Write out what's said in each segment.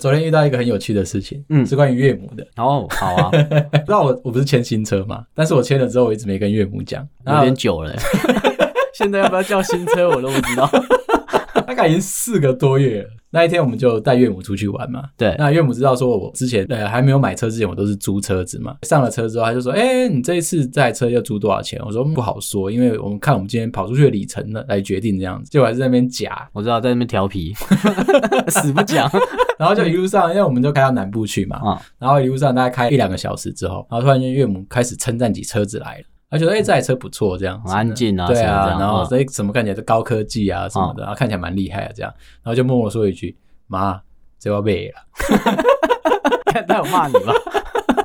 昨天遇到一个很有趣的事情，嗯是关于岳母的。 哦，好 啊，那我我不是签新车嘛，但是我签了之后，我一直没跟岳母讲，然有后点久了欸。 现在要不要叫新车我都不知道。 大概已经四个多月了。那一天我们就带岳母出去玩嘛。 对，那岳母知道说我之前呃还没有买车之前，我都是租车子嘛。上了车之后，他就说：“哎、你这一次这台车要租多少钱？”我说：“嗯不好说，因为我们看我们今天跑出去的里程呢来决定这样子。”结果还是在那边假，我知道在那边调 皮，死不讲。然后就一路上，因为我们就开到南部去嘛，嗯然后一路上大概开一两个小时之后，然后突然间岳母开始称赞起车子来了。她觉得哎、这台车不错，这样子很安静啊对什么这啊，样然后嗯这什么看起来是高科技啊什么的，然后看起来蛮厉害啊，这样，然后就默默说一句：“妈，这要背了。看他有骂你吗？”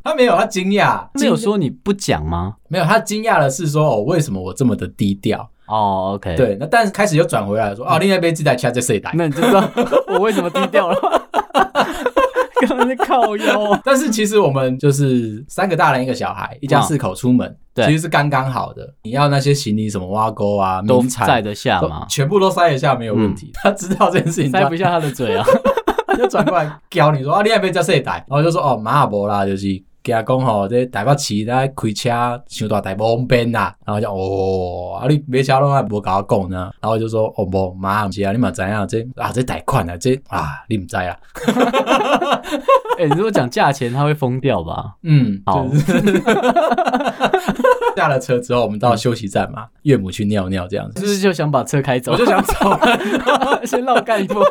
他没有，他惊讶， 没有说你不讲吗？没有，他惊讶的是说哦，为什么我这么的低调？哦，OK，，对，那但是开始又转回来说，哦，嗯另外一边自己在掐在谁打？那你就知 道我为什么低调了。 根本是靠腰 啊。但是其实我们就是三个大人一个小孩，一家四口出门，对其实是刚刚好的。你要那些行李什么挖沟啊、都名产载得下都嘛，嗯全部都塞得下没有问题。他知道这件事情，塞不下他的嘴 啊。 他就转过来教你说啊，另外一边叫谁打？然后就说哦，马尔博啦，就是。给他讲吼，这台北市咱开车想大台北方便啦，然后就哦，啊你买车拢啊无甲我讲呢，然后就说哦无妈毋是啊，你嘛知影这啊这贷款啊这啊你毋知啊，哎，你如果讲价钱，他会疯掉吧？嗯，好就是 下了车之后，我们到休息站嘛，岳母去尿尿这样是子，不是就 想把车开走？我就想走了。先绕干一 波。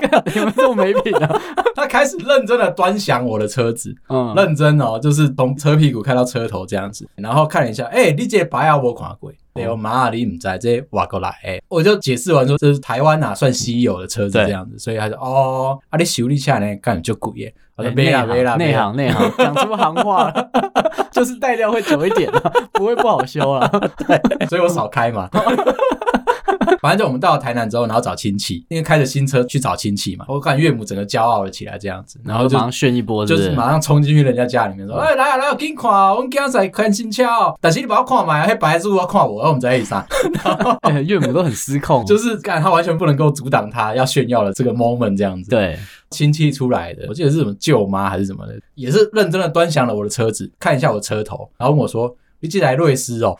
干你们这么没品啊！ 他开始认真的端详我的车子，嗯，认真哦，就是从车屁股看到车头这样子，然后看了一下，哎、你这白牙我看过。哎对，哦我马里姆在这瓦过来，哎，我就解释完说这是台湾哪算稀有的车子对这样子，所以他就哦，啊你修理起来呢，干就贵耶，我说哎没啦内行没啦，没内啦行内行，讲出行话 了，就是带料会久一点了， 不会不好修啊了。所以我少开嘛。 反正就我们到了台南之后，然后找亲戚，因为开着新车去找亲戚嘛，我看岳母整个骄傲了起来，这样子， 然后就马上炫一波，就是不是马上冲进去人家家里面说：“哎、来啊来啊，我给你看啊，我们今仔看新车哦，但是你把我看买，那白猪要看我，然后我们在一上，哎岳母都很失控，啊 啊就是干他完全不能够阻挡他要炫耀的这个 moment 这样子。，对，亲戚出来的，我记得是什么舅妈还是什么的，也是认真的端详了我的车子，看一下我车头，然后问我说：你这台瑞斯哦？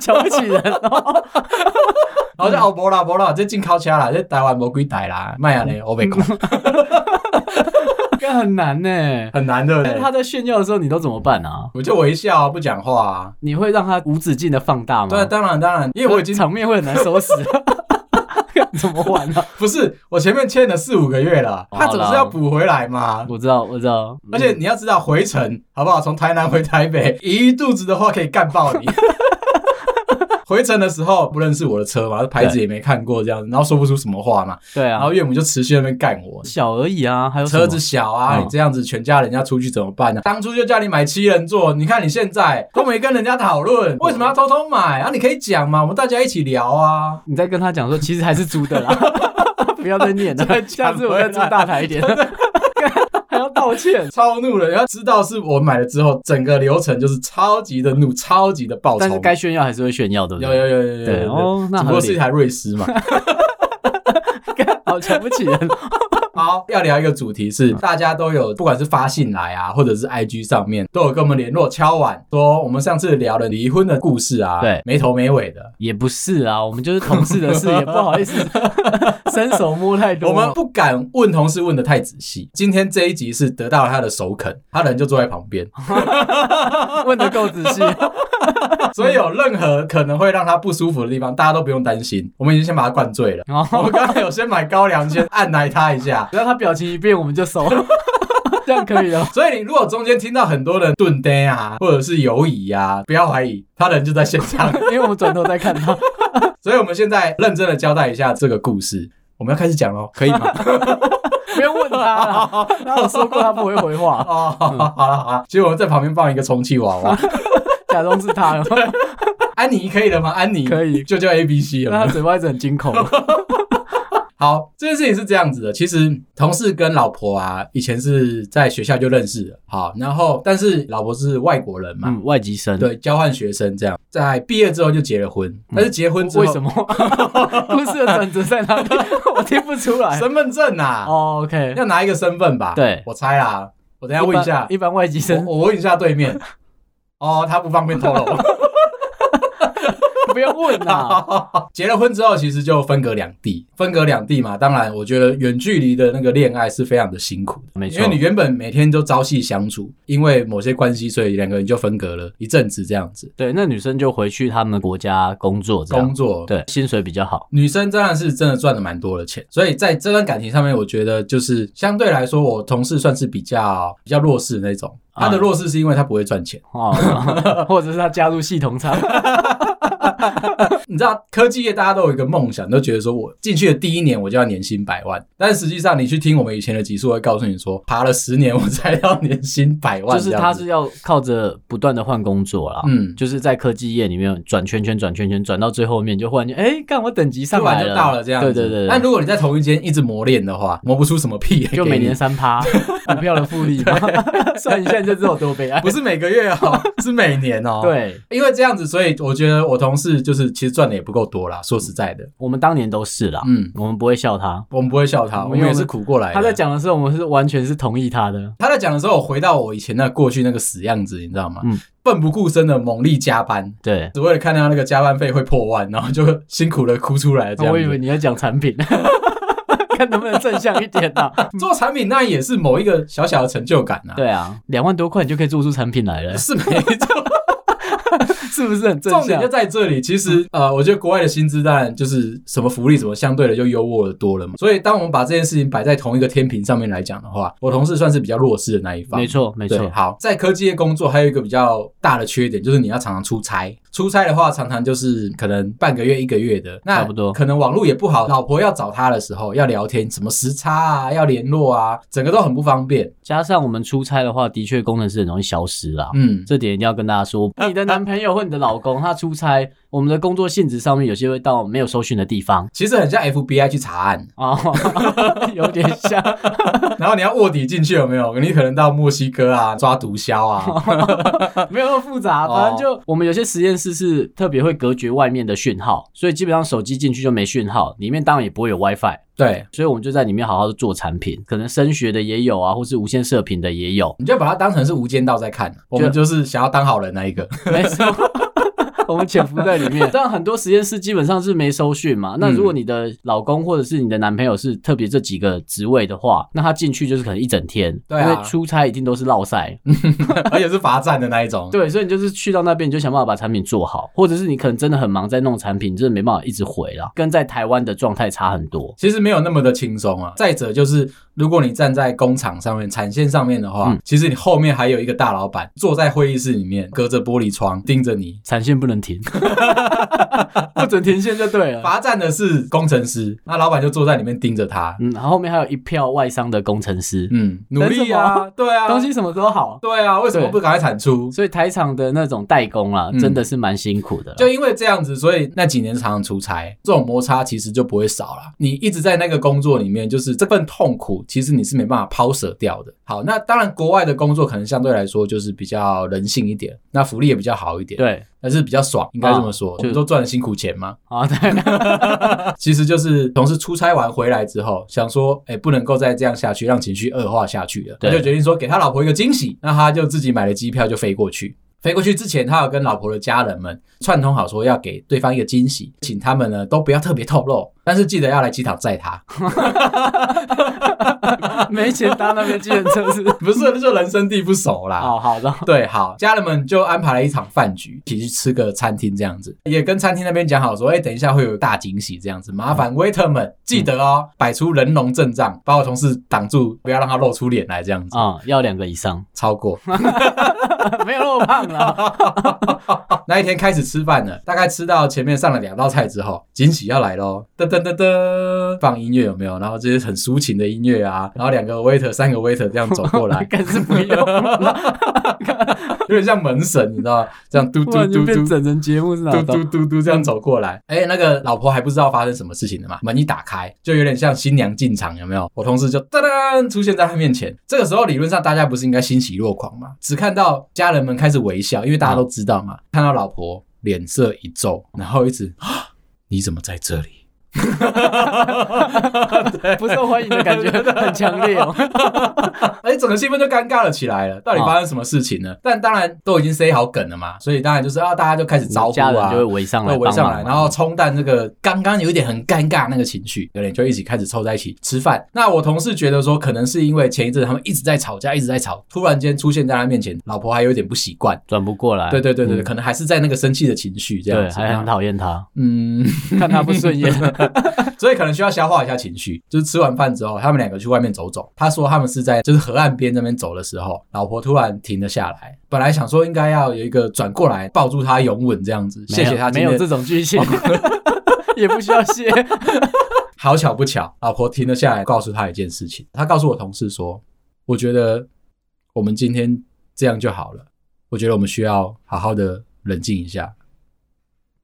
瞧不起人啊 哦。然后嗯就哦，无啦无啦，这进口车啦，这台湾无几台啦，卖啊嗯嘞，我袂讲， 这很难呢。很难的但是嘞他。在炫耀的时候，你都怎么办啊？我就微笑啊，不讲话啊。你会让他无止境的放大吗？对，，啊当然当然，因为我已经场面会很难收拾。啊 怎么玩啊？不是我前面欠了四五个月了，哦他总好是啦要补回来嘛。我知道，我知道，嗯而且你要知道回程好不好？从台南回台 北，一肚子的话可以干爆你。回程的时候不认识我的车嘛，牌子也没看过这样子，然后说不出什么话嘛，对然啊后，岳母就持续在那边干我，小而已啊，还有什么车子小啊，嗯你这样子全家人家出去怎么办呢、啊当初就叫你买七人座，你看你现在都没跟人家讨嗯论，为什么要偷偷买啊？你可以讲嘛，我们大家一起聊啊。你再跟他讲说，其实还是租的啦， 不要再念了， 下次我再租大台一点， 还要道歉。超怒了，要知道是我买了之后，整个流程就是超级的怒，超级的暴但是冲。该炫耀还是会炫耀，对不有对？有有有有对有哦那只合理不过是一台瑞斯 嘛。好瞧不起人，好，要聊一个主题嗯是，大家都有，不管是发信来啊，或者是 IG 上面，都有跟我们联络敲碗，说我们上次聊的离婚的故事啊，对没头没尾的， 也不是啊，我们就是同事的 事，也不好意思伸手摸太多。我们不敢问同事问的太仔细。今天这一集是得到了他的首肯，他人就坐在旁 边，问的够仔 细，所以有任何可能会让他不舒服的地方，大家都不用担心。我们已经先把他灌醉了。然我后们刚才有先买高粱，先按奶他一下。只要他表情一变，我们就收， 这样可以了。所以你如果中间听到很多人顿呆啊，或者是犹疑啊，不要怀疑，他人就在现场。 因为我们转头再看他，所以我们现在认真的交代一下这个故事，我们要开始讲喽，可以 吗？不用问他 啦。他有说过他不会回话，哦，好了好了，其实我们在旁边放一个充气娃 娃，假装是 他，安妮可以了吗？安妮可以就叫 A B C 了但。他嘴巴一直很惊恐。好，这件事情是这样子的，其实同事跟老婆啊，以前是在学校就认识了，好，然后但是老婆是外国人嘛， 嗯，外籍生，对，交换学生这样，在毕业之后就结了婚，但是结婚之后嗯为 什么？故事的转折在哪里？我听不出来。身份证啊？哦，OK，要拿一个身份吧？对我猜啦，我等一下问一下，一般外籍生我我问一下对 面。哦，他不方便透露。不用问 啦。结了婚之后，其实就分隔两地，分隔两地嘛。当然，我觉得远距离的那个恋爱是非常的辛苦的，没因错为你原本每天都朝夕相处，因为某些关系，所以两个人就分隔了一阵子这样子。对，那女生就回去他们的国家工作，这工样作，啊对，薪水比 较好。女生真的是真的赚了蛮多的钱，所以在这段感情上面，我觉得就是相对来说，我同事算是比较比较弱势的那种。啊他的弱势是因为他不会赚钱，哦， 或者是她加入系统厂，你知道科技业大家都有一个梦想，都觉得说我进去的第一年我就要年薪百万，但实际上你去听我们以前的集数，会告诉你说，爬了十年我才要年薪百万 这就样子，是她是要靠着不断的换工作啦。嗯，就是在科技业里面转圈圈、转圈圈，转到最后面就忽然间，哎，干我等级上突然来就到了这样子。对对对对，但如果你在同一间一直磨练的话，磨不出什么 屁来给你，就每年三 趴股票的复利嘛，算一下你就知道我多 悲哀。不是每个月哦， 是每年哦。。对，因为这样子，所以我觉得我同事就是其实赚的也不够多啦。说实在的，我们当年都是啦，嗯，我们不会笑他。我们不会笑他，嗯我们也是苦过来的。他在讲的时候，我们是完全是同意他的。他在讲的时候，我回到我以前那过去那个死样子，你知道吗？嗯奋不顾身的猛力加班，对，只为了看到那个加班费会破万，然后就辛苦的哭出来这样 我以子。为你要讲产品，看能不能正向一点啊。做产品那也是某一个小小的成就感啊。。对啊，两万多块你就可以做出产品来了， 是没错，是不是很正重点就向？在这里。其实，呃，我觉得国外的薪资当然就是什么福利什么相对的就优渥的多了嘛。所以，当我们把这件事情摆在同一个天平上面来讲的话，我同事算是比较弱势的那一方。没错，没对，错。好，在科技业工作还有一个比较大的缺点，就是你要常常出差。出差的话，常常就是可能半个月、一个月的，那差不多可能网络也不好，老婆要找他的时候要聊天，什么时差啊，要联络啊，整个都很不方便。加上我们出差的话，的确功能是很容易消失啦。嗯，这点一定要跟大家说， 你的男朋友或你的老公他出差，我们的工作性质上面有些会到没有搜寻的地方其实很像 FBI 去查案， 哦， 有点像。 然后你要卧底进去有没有？你可能到墨西哥啊，抓毒枭啊， 没有那么复杂，哦反正就我们有些实验室是特别会隔绝外面的讯号，所以基本上手机进去就没讯号，里面当然也不会有 WiFi，对，，所以我们就在里面好好的做产品，可能声学的也有啊，或是无线射频的也有 你就把它当成是无间道在看。我们就是想要当好人那一 个，没错。我们潜伏在里 面，嗯但很多实验室基本上是没收讯嘛。那如果你的老公或者是你的男朋友是特别这几个职位的话，那他进去就是可能一整天，对啊因为出差一定都是落塞，而且是罚站的那一种。对，所以你就是去到那边，你就想办法把产品做好，或者是你可能真的很忙在弄产品，你真的没办法一直回啦，跟在台湾的状态差很多。其实没有那么的轻松啊。再者就是，如果你站在工厂上面、产线上面的话，嗯其实你后面还有一个大老板坐在会议室里面，隔着玻璃窗盯着你。产线不能停， 不准停线就对了。罚站的是工程师，那老板就坐在里面盯着他。嗯，然后后面还有一票外商的工程师，嗯，努力等什啊，对啊，东西什么时候好？对啊，为什么对不赶快产出？所以台场的那种代工啊，嗯真的是蛮辛苦的啦。就因为这样子，所以那几年常常出差，这种摩擦其实就不会少了。你一直在那个工作里面，就是这份痛苦，其实你是没办法抛舍掉的。好，那当然国外的工作可能相对来说就是比较人性一点，那福利也比较好一点，对但是比较爽，应该这么说，啊我们都赚了辛苦钱嘛。啊，对， 其实就是同事出差完回来之后，想说，哎，不能够再这样下去，让情绪恶化下去了，他对就决定说给他老婆一个惊喜，那他就自己买了机票就飞过去。飞过去之前，他有跟老婆的家人们串通好，说要给对方一个惊喜，请他们呢都不要特别透露，但是记得要来机场载他。 没钱搭那边计程 车是不是不是，就人生地不熟啦。哦，好的， 对，好，家人们就安排了一场饭局，一起去吃个餐厅这样子，也跟餐厅那边讲好说，哎、等一下会有大惊喜这样子，麻烦 waiter 们记得嗯哦，摆出人龙阵仗，把我同事挡住，不要让他露出脸来这样子，啊、要两个以上， 超过。没有那么胖啦。，那一天开始吃饭了，大概吃到前面上了两道菜之后，惊喜要来喽，噔噔噔噔噔放音乐有没有？然后这些很抒情的音乐啊，然后两个 waiter、三个 waiter 这样走过来 干是不用了， 有点像门神，你知道吗？这样嘟 不嘟然就嘟变嘟。整人节目是哪嘟招嘟？嘟嘟这样走过来，哎、那个老婆还不知道发生什么事情的嘛，门一打开，就有点像新娘进场，有没有？我同事就噔噔出现在她面前。这个时候理论上大家不是应该欣喜若狂吗？只看到家人们开始微笑，因为大家都知道嘛，嗯看到老婆脸色一皱，然后一直啊你怎么在这里？ 不受欢迎的感觉很强烈哦。哎，整个气氛就尴尬了起来了。到底发生什么事情呢？但当然都已经 say 好梗了嘛，所以当然就是啊，大家就开始招呼家人啊，就会围上来对，帮围忙嘛，上来，然后冲淡这个刚刚有一点很尴尬那个情绪，有点就一起开始凑在一起吃饭。那我同事觉得说，可能是因为前一阵他们一直在吵架，一直在吵，突然间出现在他面前，老婆还有点不习惯。转不过来。对对对对，嗯可能还是在那个生气的情绪这样对，子。还很那讨厌他，嗯， 看他不顺眼。所以可能需要消化一下情绪。就是吃完饭之后，他们两个去外面走走。他说他们是在就是河岸边那边走的时候，老婆突然停了下来。本来想说应该要有一个转过来抱住他拥吻这样子，谢谢他今天。没有没有这种剧 情，也不需要谢。好巧不巧，老婆停了下来，告诉他一件事情。他告诉我同事说：“我觉得我们今天这样就好了。我觉得我们需要好好的冷静一下。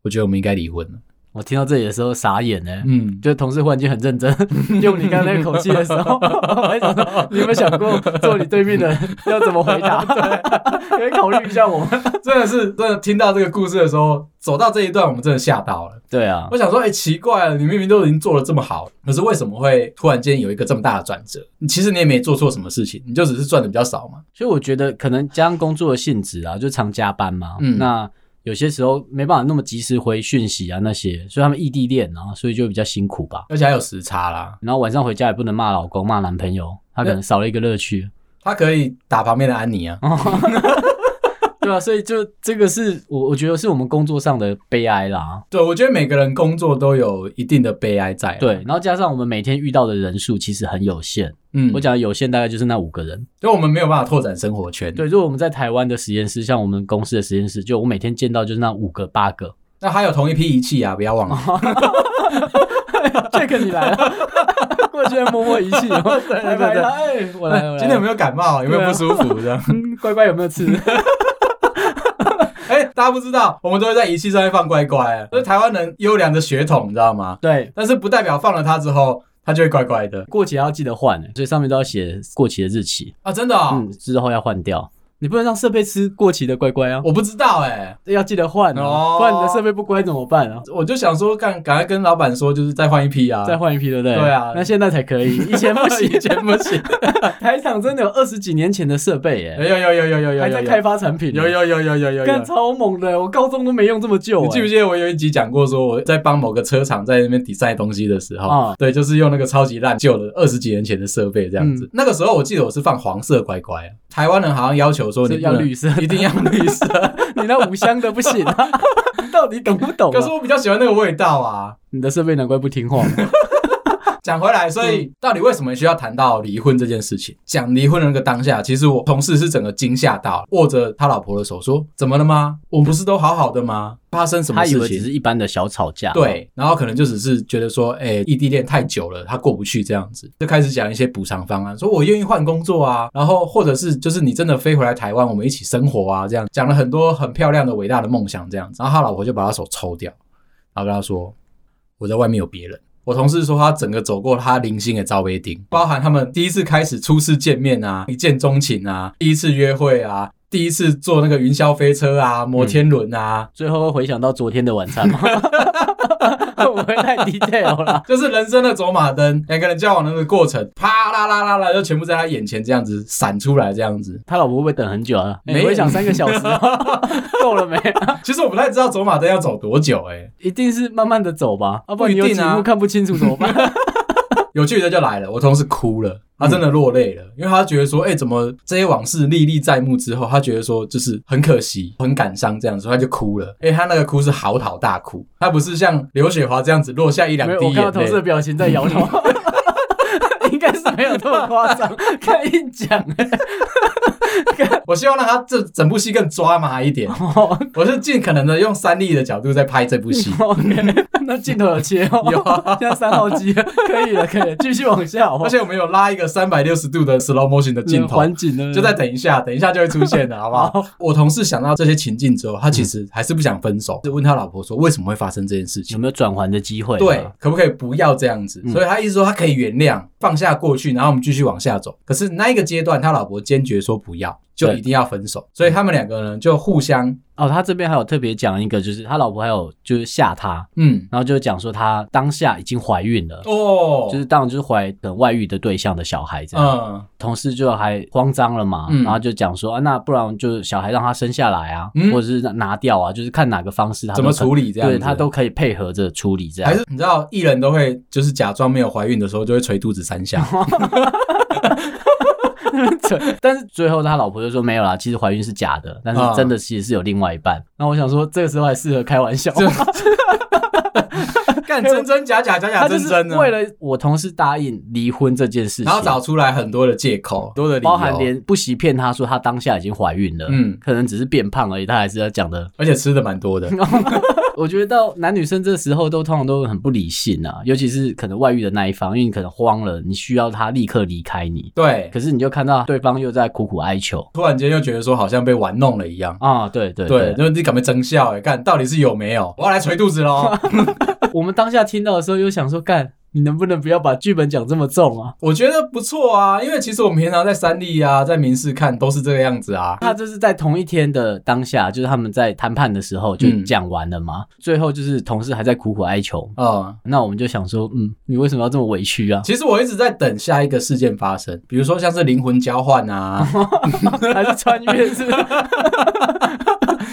我觉得我们应该离婚了。 我听到这里的时候傻眼呢、”嗯，就是同事忽然间很认真，用你刚才那个口气的时候，我还想说，你有没有想过坐你对面的人要怎么回 答？ 可以考虑一下我们。 真的是真的听到这个故事的时候，走到这一段，我们真的吓到了。对啊，我想说，哎、奇怪了，你明明都已经做的这么好，可是为什么会突然间有一个这么大的转折？你其实你也没做错什么事情，你就只是赚的比较少嘛。所以我觉得可能加上工作的性质啊，就常加班嘛，嗯那有些时候没办法那么及时回讯息啊那些，所以他们异地恋啊，所以就比较辛苦吧。而且还有时差啦，然后晚上回家也不能骂老公、骂男朋友，他可能少了一个乐趣。他可以打旁边的安妮啊。 对啊，所以就这个是我我觉得是我们工作上的悲哀啦。对，我觉得每个人工作都有一定的悲哀在。啊对，，然后加上我们每天遇到的人数其实很有限，嗯，我讲的有限大概就是那五个人。就我们没有办法拓展生活圈。，对，如果我们在台湾的实验室，像我们公司的实验室，就我每天见到就是那五个八个。那还有同一批仪器啊，不要忘了。哦这个你来了，我居然摸摸仪器，拜拜了，哎，我来，我 来。今天有没有感冒？有没有对啊不舒服？这样， 有嗯乖乖有没有吃？哎、大家不知道，我们都会在仪器上面放乖乖啊，这是台湾人优良的血统，你知道吗？ 对，但是不代表放了它之后，它就会乖乖的过期要记得换，欸所以上面都要写过期的日期。啊，真的、哦，嗯，之后要换掉。你不能让设备吃过期的乖乖啊，我不知道哎、要记得换哦啊，不然你的设备不乖怎么办啊？我就想说，赶赶快跟老板说，就是再换一批啊，再换一批，对不对？对啊那现在才可以，以前不 行。 以前不行，台厂真的有二十几年前的设备有耶，有有有有有有，还在开发产品，欸有，有有有有有有干。超猛的，我高中都没用这么欸久耶。你记不记得我有一集讲过，说我在帮某个车厂在那边 design 东西的时候，啊对，就是用那个超级烂旧的二十几年前的设备这样子。那个时候我记得我是放黄色乖乖，啊台湾人好像要求说你是不要能绿 色， 一定要绿色，你那五香的不行 啊！到底懂不懂 啊？可是我比较喜欢那个味道啊。你的设备难怪不听 话嘛。讲回来，所以到底为什么需要谈到离婚这件事情？讲离婚的那个当下，其实我同事是整个惊吓到，握着他老婆的手说：“怎么了吗？我们不是都好好的吗？发生什么他事以情？”为只是一般的小吵架，，对，然后可能就只是觉得说，哎、异地恋太久了，他过不去这样子，就开始讲一些补偿方案，说我愿意换工作啊，然后或者是就是你真的飞回来台湾，我们一起生活啊，这样讲了很多很漂亮的伟大的梦想这样子，然后他老婆就把他手抽掉，然后跟他说，我在外面有别人。我同事说，他整个走过他零星的罩杯顶，包含他们第一次开始初次见面啊，一见钟情啊，第一次约会啊，第一次坐那个云霄飞车啊，摩天轮啊，最后会回想到昨天的晚餐 吗？我会太 detail 了。就是人生的走马灯，两个人交往的那个过程，啪啦啦啦啦，就全部在他眼前这样子闪出来，这样子。他老婆会不会等很久啊？没每有回想三个小时， 够了没？其实我不太知道走马灯要走多久、欸，一定是慢慢的走吧，啊，不然不一你有定几啊幕看不清楚怎么办？有趣的就来了，我同事哭了，他嗯真的落泪了，因为他觉得说，哎、怎么这些往事历历在目之后，他觉得说就是很可惜，很感伤这样子，所以他就哭了。哎、他那个哭是嚎啕大哭，他不是像刘雪华这样子落下 一两没有，滴我看到眼同事的泪。表情在摇头， 应该是没有那么夸张。看一讲，啊我希望让他这整部戏更抓马一点，哦 我是尽可能的用三立的角度在拍这部戏。 ，OK，那镜头有切哦，有啊现在三号机了可以了，可以了，继续往下好不好，而且我们有拉一个三百六十度的 slow motion 的镜头，环嗯景呢，就在等一下，等一下就会出现的，好不好？我同事想到这些情境之后，他嗯其实还是不想分手，就问他老婆说为什么会发生这件事有情。没有转环的机会？啊对，可不可以不要这样子？嗯所以他意思说他可以原谅，放下过去，然后我们继续往下走。可是那一个阶段，他老婆坚决说不要，就对一定要分手。所以他们两个人就互相，哦，他这边还有特别讲一个，就是他老婆还有就是吓他，嗯，然后就讲说他当下已经怀孕了。哦，就是当然就是怀可能外遇的对象的小孩这样，嗯同事就还慌张了嘛，嗯然后就讲说啊，那不然就小孩让他生下来啊，嗯或者是拿掉啊，就是看哪个方式他都怎么可处理这样子？对他都可以配合着处理这样还。是你知道，艺人都会就是假装没有怀孕的时候，就会捶肚子三下。 对，但是最后他老婆就说没有啦，其实怀孕是假的，但是啊真的其实是有另外一半。那我想说，这个时候还适合开玩笑吗，干真真假假，假假 他就真是真呢？为了我同事答应离婚这件事情，然后找出来很多的借口，多的理由，包含连不惜骗他说他当下已经怀孕了，嗯可能只是变胖而已，他还是要讲的。 而且吃的蛮多的。我觉得到男女生这时候都通常都很不理性啊，尤其是可能外遇的那一方，因为你可能慌了，你需要他立刻离开你，对，可是你就看到对方又在苦苦哀求突然间又觉得说好像被玩弄了一样。啊，对对对，就是你敢不敢真笑哎、看到底是有没有？我要来捶肚子 喽！我们当下听到的时候，又想说，干，你能不能不要把剧本讲这么重啊？我觉得不错啊，因为其实我们平常在三立啊，在民视看都是这个样子啊。他就是在同一天的当下，就是他们在谈判的时候就嗯讲完了嘛。最后就是同事还在苦苦哀求，嗯，那我们就想说，嗯，你为什么要这么委屈啊？其实我一直在等下一个事件发生，比如说像是灵魂交换 啊。还是穿越是不 是？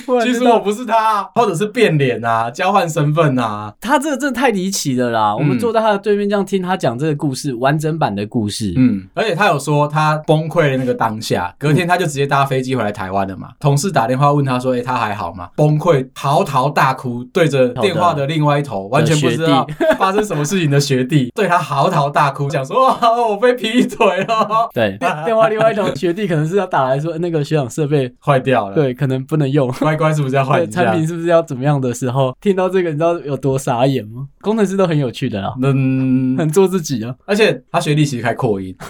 不然其就实到我不是他，或者是变脸啊，交换身份啊。他这个真的太离奇了啦！我们坐在他的对面，这样听他讲这个故事，完整版的故事，嗯，而且他有说他崩溃的那个当嗯下，隔天他就直接搭飞机回来台湾了嘛。同事打电话问他说：“哎、他还好吗？”崩溃，嚎啕大哭，对着电话的另外一头，完全不知道发生什么事情的学弟， 对他嚎啕大哭，讲说：“哇，我被劈腿了，对。 电电话另外一头学弟可能是要打来说，那个学长设 备坏掉了。”，对可能不能用。乖乖是不是要换对一产下？品是不是要怎么样的时 候，听到这个你知道有多傻眼吗？工程师都很有趣的啦，嗯，很做自己啊，而且他学弟其实开扩音，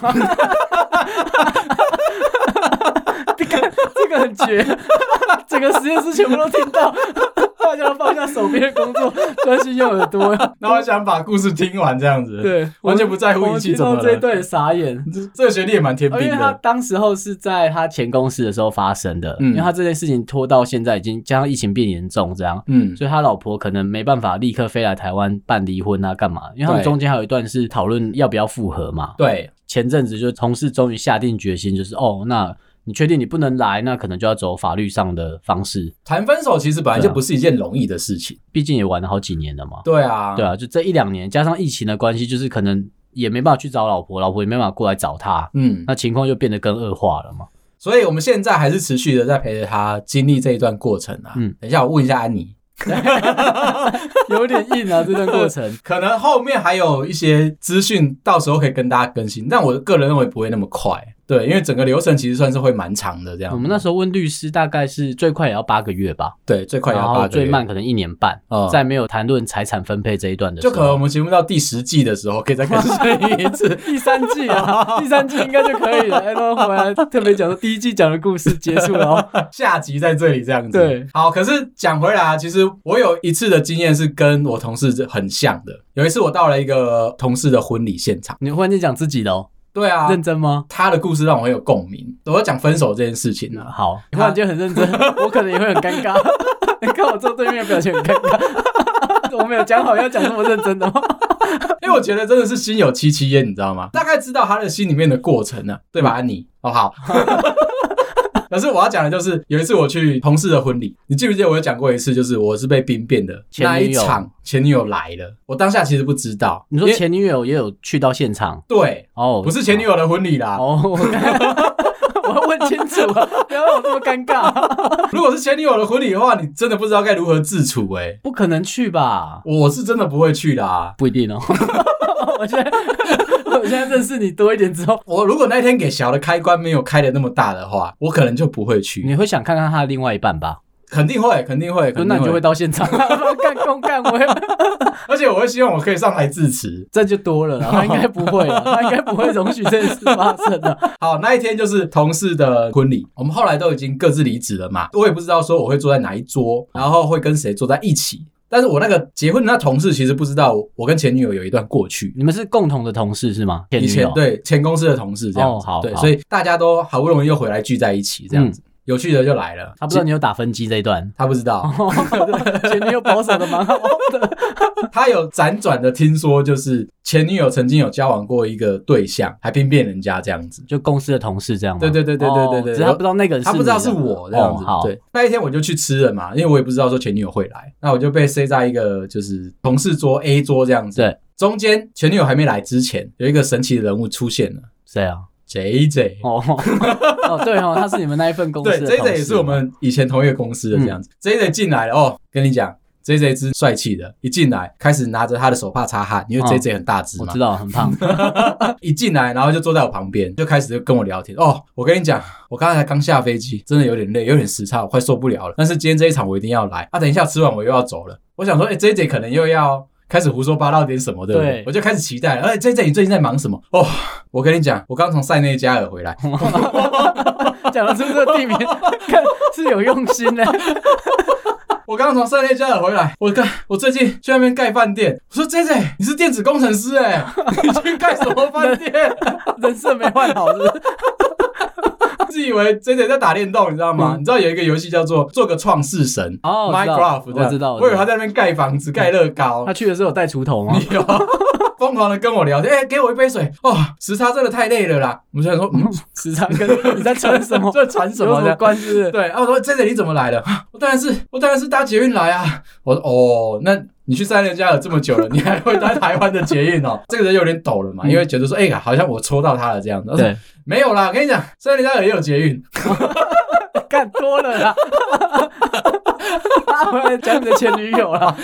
这个很 绝，整个实验室全部都听到， 大家都放下手边的工作，专心用耳朵。然后想把故事听完这样子。， 对，完全不在乎我一们起听怎么到这一了。段也傻眼。这这个学弟也蛮天哦兵因为他的，当时候是在他前公司的时候发生的，嗯因为他这件事情拖到现在已经加上疫情变严重这样，嗯，所以他老婆可能没办法立刻飞来台湾办离婚啊，干嘛？因为他们对中间还有一段是讨论要不要复合嘛。对，前阵子就同事终于下定决心，就是哦，那你确定你不能来，那可能就要走法律上的方式，谈分手其实本来就啊不是一件容易的事情。毕竟也玩了好几年了嘛。对啊，对啊，就这一两年加上疫情的关系，就是可能也没办法去找老婆，老婆也没办法过来找他，嗯，那情况就变得更恶化了嘛。所以我们现在还是持续的在陪着他经历这一段过程啊。嗯等一下我问一下安妮，有点硬啊，这段过程。可能后面还有一些资讯，到时候可以跟大家更新，但我个人认为不会那么快。对，因为整个流程其实算是会蛮长的，这样。 我们那时候问律师，大概是最快也要八个月吧，对最快也然要后八个月最慢可能一年半，哦在没有谈论财产分配这一段的时就候，可能我们节目到第十季的时候，可以再更新一次。 第三季啊，第三季应该就可以了。哎，那回来特别讲说第一季讲的故事结束了哦，下集在这里这样子。对，好，可是讲回来啊，其实我有一次的经验是跟我同事很像的。有一次我到了一个同事的婚礼现场， 你忽然间讲自己的哦，对啊，认真吗？他的故事让我很有共鸣。我要讲分手这件事情啊，好，你忽然间很认真，啊我可能也会很尴 尬。你看我坐对面的表情很尴尬， 我没有讲好要讲这么认真的吗？因为我觉得真的是心有戚戚焉，你知道吗？大概知道他的心里面的过程啊，对吧，嗯安妮？哦，好。 可是我要讲的就是，有一次我去同事的婚礼，你记不记得我有讲过一次，就是我是被兵变的前那女一友场，前女友来了，我当下其实不知道。你说因为前女友也有去到现场对，哦，不是前女友的婚礼啦，哦，我 我要问清楚啊，不要让我这么尴尬。如果是前女友的婚礼的话，你真的不知道该如何自处哎、 不可能去吧？我是真的不会去的啊。不一定哦。 我现在我现在认识你多一点之后，我如果那天给小的开关没有开的那么大的话，我可能就不会去。你会想看看他的另外一半吧？肯定会，肯定会，肯定那你就会到现场 干公干我，而且我会希望我可以上台致辞。 这就多了啦。 他应该不会啦，他应该不会容许这件事发生的。好，那一天就是同事的婚礼，我们后来都已经各自离职了嘛，我也不知道说我会坐在哪一桌，然后会跟谁坐在一起。但是我那个结婚的那同事其实不知道我我跟前女友有一段过去，你们是共同的同事是吗？前以女前友，对前公司的同事这样子，哦好对，好嗯所以大家都好不容易又回来聚在一起这样子，有趣的就来了。。他不知道你有哦打分机这一段他不知道， 前女友保守的蛮好的，他有辗转的听说，就是前女友曾经有交往过一个对象，还兵变人家这样子。 就公司的同事这样吗？对对对对对对对哦只是他不知道那个人是他你不的，知道是我这样子哦、好，对。那一天我就去吃了嘛，因为我也不知道说前女友会来，那我就被塞在一个就是同事桌 A 桌这样子。对，中间前女友还没来之前，有一个神奇的人物出现了谁啊？ ，J J。哦哦，对哦，他是你们那一份公司对的，J 同 J 事嗯也是我们以前同一个公司的这样子。J J 进来了哦，跟你讲，J J 之帅气的，一进来开始拿着他的手帕擦汗，因为嗯 J J 很大只我嘛知，道很 胖，一进来，然后就坐在我旁边，就开始就跟我聊天。哦，我跟你讲，我刚才刚下飞机，真的有点累，有点时差，我快受不了了。但是今天这一场我一定要来。啊，等一下吃完我又要走了。我想说，哎、j J 可能又要。开始胡说八道点什么，对不对？对我就开始期待了。哎、j J 你最近在忙什么？哦，我跟你讲，我刚从塞内加尔回来，讲得出这个地名，看是有用心 的。我刚从塞内加尔回来。我看我最近去那边盖饭店。我说 J J，你是电子工程师哎、 你去盖什么饭店？人设没换好是不是自以为 J J 在打电动，你知道吗？你知道有一个游戏叫做做个创世神嗯哦我知道 Minecraft，我知道，我以为他在在那边盖房子、盖乐 高他，去的时候有带锄头吗？有啊疯狂的跟我聊天，哎、给我一杯水，哦，时差真的太累了啦。我们就想说，嗯，时常跟你在传什么？ 这传什有么什么呢？关系？对对，啊，我说 J J 你怎么来的？ 啊我当然是我当然是搭捷运来啊。 我说哦，那你去塞内加尔这么久了，你 还会搭台湾的捷运哦？ 这个人有点抖了嘛，因为觉得说，哎、呀，好像我戳到他了这样子。我说，嗯对，没有啦，我跟你讲，塞内加尔也有捷运， 干多了啦。我来讲你的前女友啦，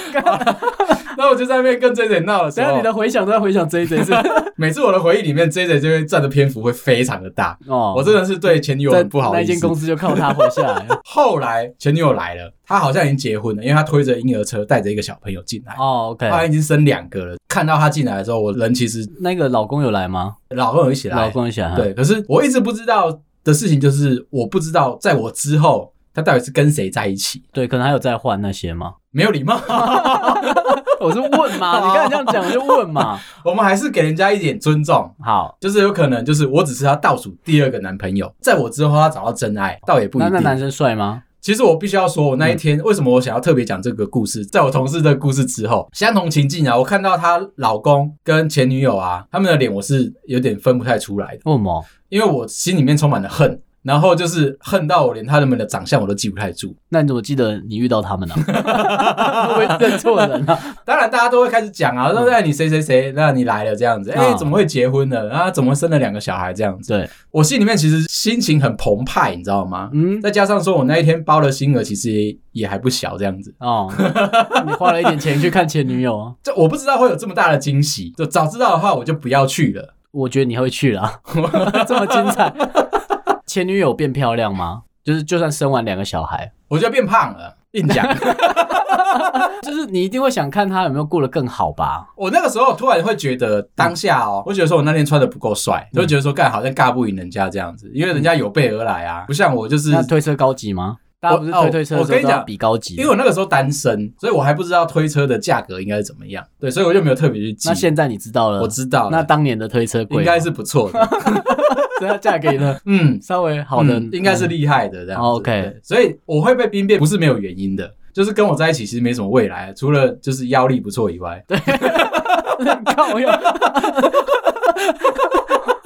然后我就在那边跟 J J 闹了。等一下你的回想都在回想 J J 是 每次我的回忆里面，J J 这边占的篇幅会非常的大。哦我真的是对前女友在很不好那意间思公。司就靠他活下 来了。后来前女友来了，她好像已经结婚了，因为她推着婴儿车带着一个小朋友进来，哦，OK，她已经生两个了。看到她进来的时候，我人其实那个老公有来吗？老公有一起老来，公有啊来，对。可是我一直不知道的事情就是，我不知道在我之后她到底是跟谁在一起，对，可能还有再换那些吗？没有礼貌。 我是问嘛，你刚才这样讲我就问嘛。我们还是给人家一点尊重。好，就是有可能，就是我只是她倒数第二个男朋友，在我之后她找到真爱，倒也不一那定。那男嗯生帅吗？其实我必须要说，我那一天、为什么我想要特别讲这个故事，在我同事这个故事之后，相同情境啊，我看到她老公跟前女友啊，他们的脸我是有点分不太出来的，为什么？因为我心里面充满了恨。然后就是恨到我连他们的长相我都记不太住。那你怎么记得你遇到他们呢、啊？ 会不会认错人啊？当然，大家都会开始讲啊，说那你谁谁谁，那你来了这样子，哎、啊怎么会结婚了？啊，怎么生了两个小孩这样子？ 对，我心里面其实心情很澎湃，你知道吗？嗯，再加上说我那一天包的金额其实也也还不小，这样子。哦，你花了一点钱去看前女友啊？这我不知道会有这么大的惊喜，就早知道的话我就不要去了。我觉得你会去 啦，这么精彩。前女友变漂亮吗？就是就算生完两个小孩，我就变胖了，硬讲。就是你一定会想看她有没有过得更好吧？我那个时候突然会觉得当下哦，我觉得说我那天穿的不够帅，就会觉得说干好像尬不赢人家这样子，因为人家有备而来啊，不像我就是。那推车高级吗？大家不是推推车我的时跟候你都讲要比高级因为？我那个时候单身，所以我还不知道推车的价格应该是怎么样，对，所以我就没有特别去记。那现在你知道了，我知道那了，当年的推车贵吗，应该是不错的， 所以她嫁给了嗯，稍微 好的，嗯应该是嗯厉害的这样子。哦，OK 对所以我会被兵变不是没有原因的，就是跟我在一起其实没什么未来，除了就是腰力不错以外，靠我有，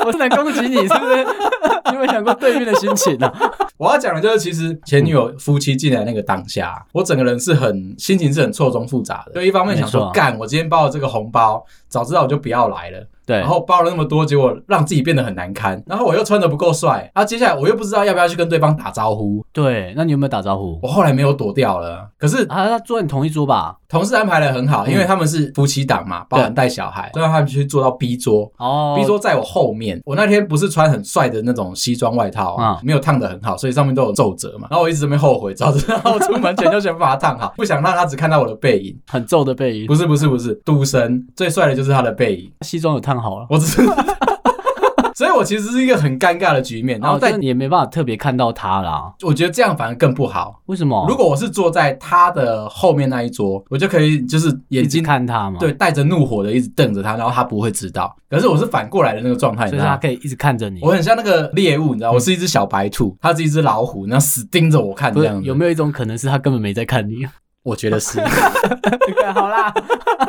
我是能攻击你是不是？ 你有没有想过对面的心情啊？我要讲的就是，其实前女嗯友夫妻进来那个当下，我整个人是很心情是很错综复杂的。就一方面想没错说，啊干，我今天包了这个红包，早知道我就不要来了。对然后包了那么多，结果让自己变得很难堪，然后我又穿的不够帅，然后接下来我又不知道要不要去跟对方打招呼，对，那你有没有打招呼？我后来没有躲掉了，可是啊，他坐你同一桌吧？同事安排的很好，嗯因为他们是夫妻档嘛，包含带小孩，所以他们去坐到 B 桌。哦 B 桌在我后面，我那天不是穿很帅的那种西装外套啊，嗯没有烫的很好，所以上面都有皱褶嘛。然后我一直在那边后悔，早知道 出门前就先把它烫好，不想让他只看到我的背影。很皱的背影，不是不是不是，赌神最帅的就是他的背影，西装有烫好了。我只是， 所以我其实是一个很尴尬的局面。然后哦就但是你也没办法特别看到他啦。我觉得这样反而更不好。为什么？如果我是坐在他的后面那一桌，我就可以就是眼一直睛看他嘛，对，，带着怒火的一直瞪着他，然后他不会知道。可是我是反过来的那个状态，你知所以道他吗？可以一直看着你。嗯我很像那个猎物，你知道，我是一只小白兔，它是一只老虎，然后死盯着我看不这是样子。有没有一种可能是他根本没在看你？我觉得是，好啦，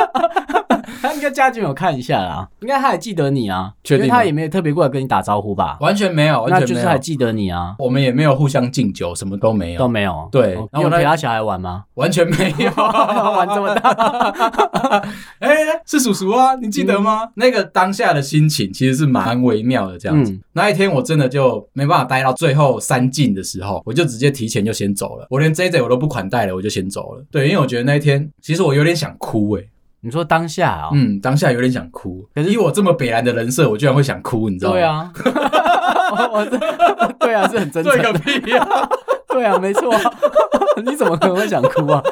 他应该家俊有看一下啦，应该他还记得你啊，确因定吗为他也没有特别过来跟你打招呼吧？ 完全没有，那完就全没是还有。记得你啊，我们也没有互相敬酒，什么都没都有，没有。对哦然后我你有那陪他小孩玩吗？完全没有。 玩这么大，哎、是叔叔啊，你记得吗？嗯那个当下的心情其实是蛮微妙的，这样子。嗯那一天我真的就没办法待到最后三进的时候，我就直接提前就先走了，我连 J J 我都不款待了，我就先走了。对，因为我觉得那一天其实我有点想哭、欸，你说当下啊？嗯，当下有点想哭。可是以我这么北蓝的人设，我居然会想哭，你知道吗？对，啊，我 我是对啊，是很真诚对个的，屁呀、 对啊，没 错啊。你怎么可能会想哭啊？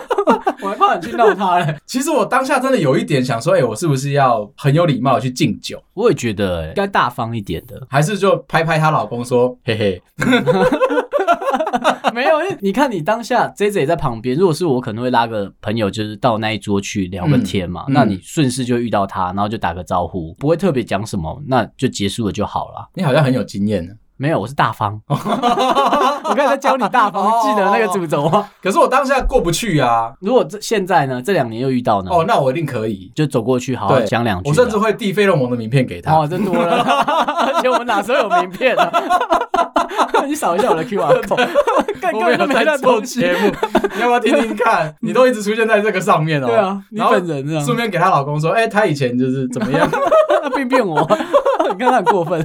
我还怕你去闹他嘞。其实我当下真的有一点想说，哎、我是不是要很有礼貌地去敬酒，我也觉得、应该大方一点的。还是就拍拍她老公说，嘿嘿， 没有，因为你看你当下 J J 也在旁边，如果是我，可能会拉个朋友，就是到那一桌去聊个天嘛。嗯嗯那你顺势就遇到他，然后就打个招呼，不会特别讲什么，那就结束了就好了。你好像很有经验呢。啊没有，我是 大方。我刚才在教你大方，记得那个哦主轴吗？可是我当下过不去啊。如果这现在呢，这两年又遇到呢，哦，那我一定可以。就走过去好好对讲两句我啊。甚至会递费洛蒙的名片给他。哦，真多了，而且我哪时候有名片啊？ 你扫一下我的 QR code，干 我没 根本就有没在那做东西节。 目，你要不要听听看？你都一直出现在这个上面哦。对啊，你然后本人这样顺便给她老公说，哎、她以前就是怎么 样？他病变我， 你看他很过分。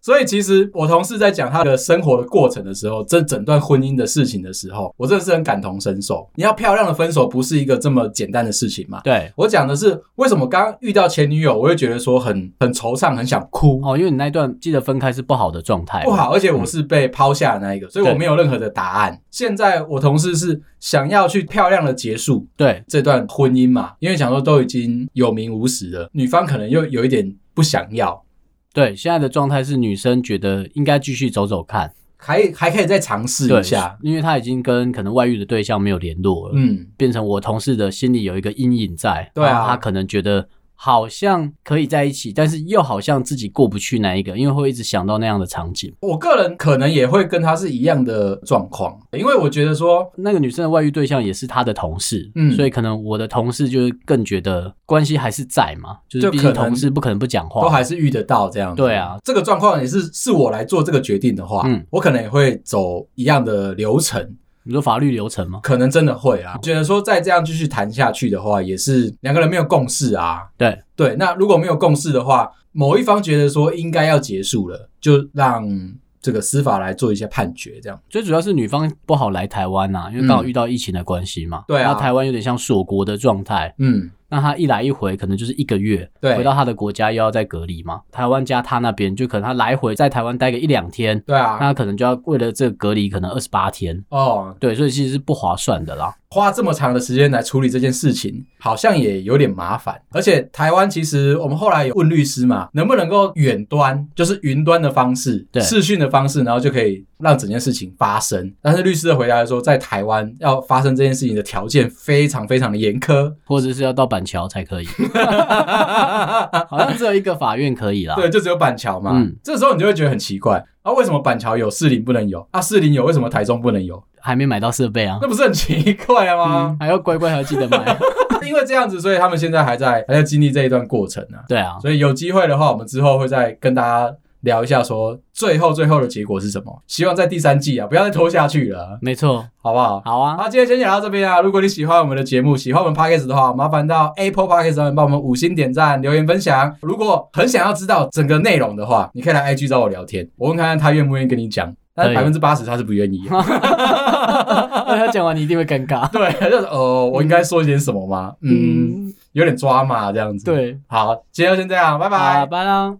所以其实我同事在讲她的生活的过程的时候，这整段婚姻的事情的时候，我真的是很感同身受。你要漂亮的分手不是一个这么简单的事情嘛？对，我讲的是为什么刚刚遇到前女友，我会觉得说很很惆怅，很想哭。哦，因为你那一段记得分开是不好的状态，不，好，而且嗯我是被抛下的那一个，所以我没有任何的答案。现在我同事是想要去漂亮的结束对，这段婚姻嘛，因为想说都已经有名无实了，女方可能又有一点不想要，对，现在的状态是女生觉得应该继续走走看，还还可以再尝试对一下，，因为她已经跟可能外遇的对象没有联络了，嗯。变成我同事的心里有一个阴影在，对啊然后她可能觉得。好像可以在一起，但是又好像自己过不去那一个，因为会一直想到那样的场景。我个人可能也会跟他是一样的状况，因为我觉得说，那个女生的外遇对象也是她的同事，嗯所以可能我的同事就是更觉得关系还是在嘛，就是就毕竟可能同事不可能不讲话，都还是遇得到这样子。对啊，这个状况也是是我来做这个决定的话，嗯我可能也会走一样的流程，你说法律流程吗？可能真的会啊。觉得说再这样继续谈下去的话，也是两个人没有共识啊。对对，那如果没有共识的话，某一方觉得说应该要结束了，就让这个司法来做一些判决，这样。最主要是女方不好来台湾呐、啊因为刚好遇到疫情的关系嘛。嗯对啊那台湾有点像锁国的状态，嗯，那她一来一回可能就是一个月，对回到她的国家又要再隔离嘛。台湾加她那边就可能她来回在台湾待个一两天，对那啊，她可能就要为了这个隔离可能二十八天。哦，对，所以其实是不划算的啦。花这么长的时间来处理这件事情，好像也有点麻烦。而且台湾其实我们后来有问律师嘛，能不能够远端，就是云端的方式对、视讯的方式，然后就可以让整件事情发生。但是律师的回答说，在台湾要发生这件事情的条件非常非常的严苛， 或者是要到板桥才可以，好像只有一个法院可以啦。对，就只有板桥嘛。嗯这时候你就会觉得很奇怪，啊，为什么板桥有，士林不能有？啊，士林有，为什么台中不能有？还没买到设备啊，那不是啊很奇怪吗？还要乖乖还要记 得买。因为这样子，所以他们现在还在还在经历这一段过程呢、啊。对啊，所以有机会的话，我们之后会再跟大家聊一下说最后最后的结果是什么。希望在第三季啊，不要再拖下去了，没错，好不好？好 啊，好，今天先讲到这边啊。如果你喜欢我们的节目，喜欢我们 podcast 的话，麻烦到 Apple podcast 上面帮我们五星点赞、留言分享。如果很想要知道整个内容的话，你可以来 IG 找我聊天，我问看看他愿不愿意跟你讲。但是可百以分之八十他是不愿意的。 那他讲完你一定会尴尬。对，就是哦，我应该说一点什么吗？嗯，嗯，有点抓马这样子。，对，啊好，今天就先这样，拜拜好，。拜啦。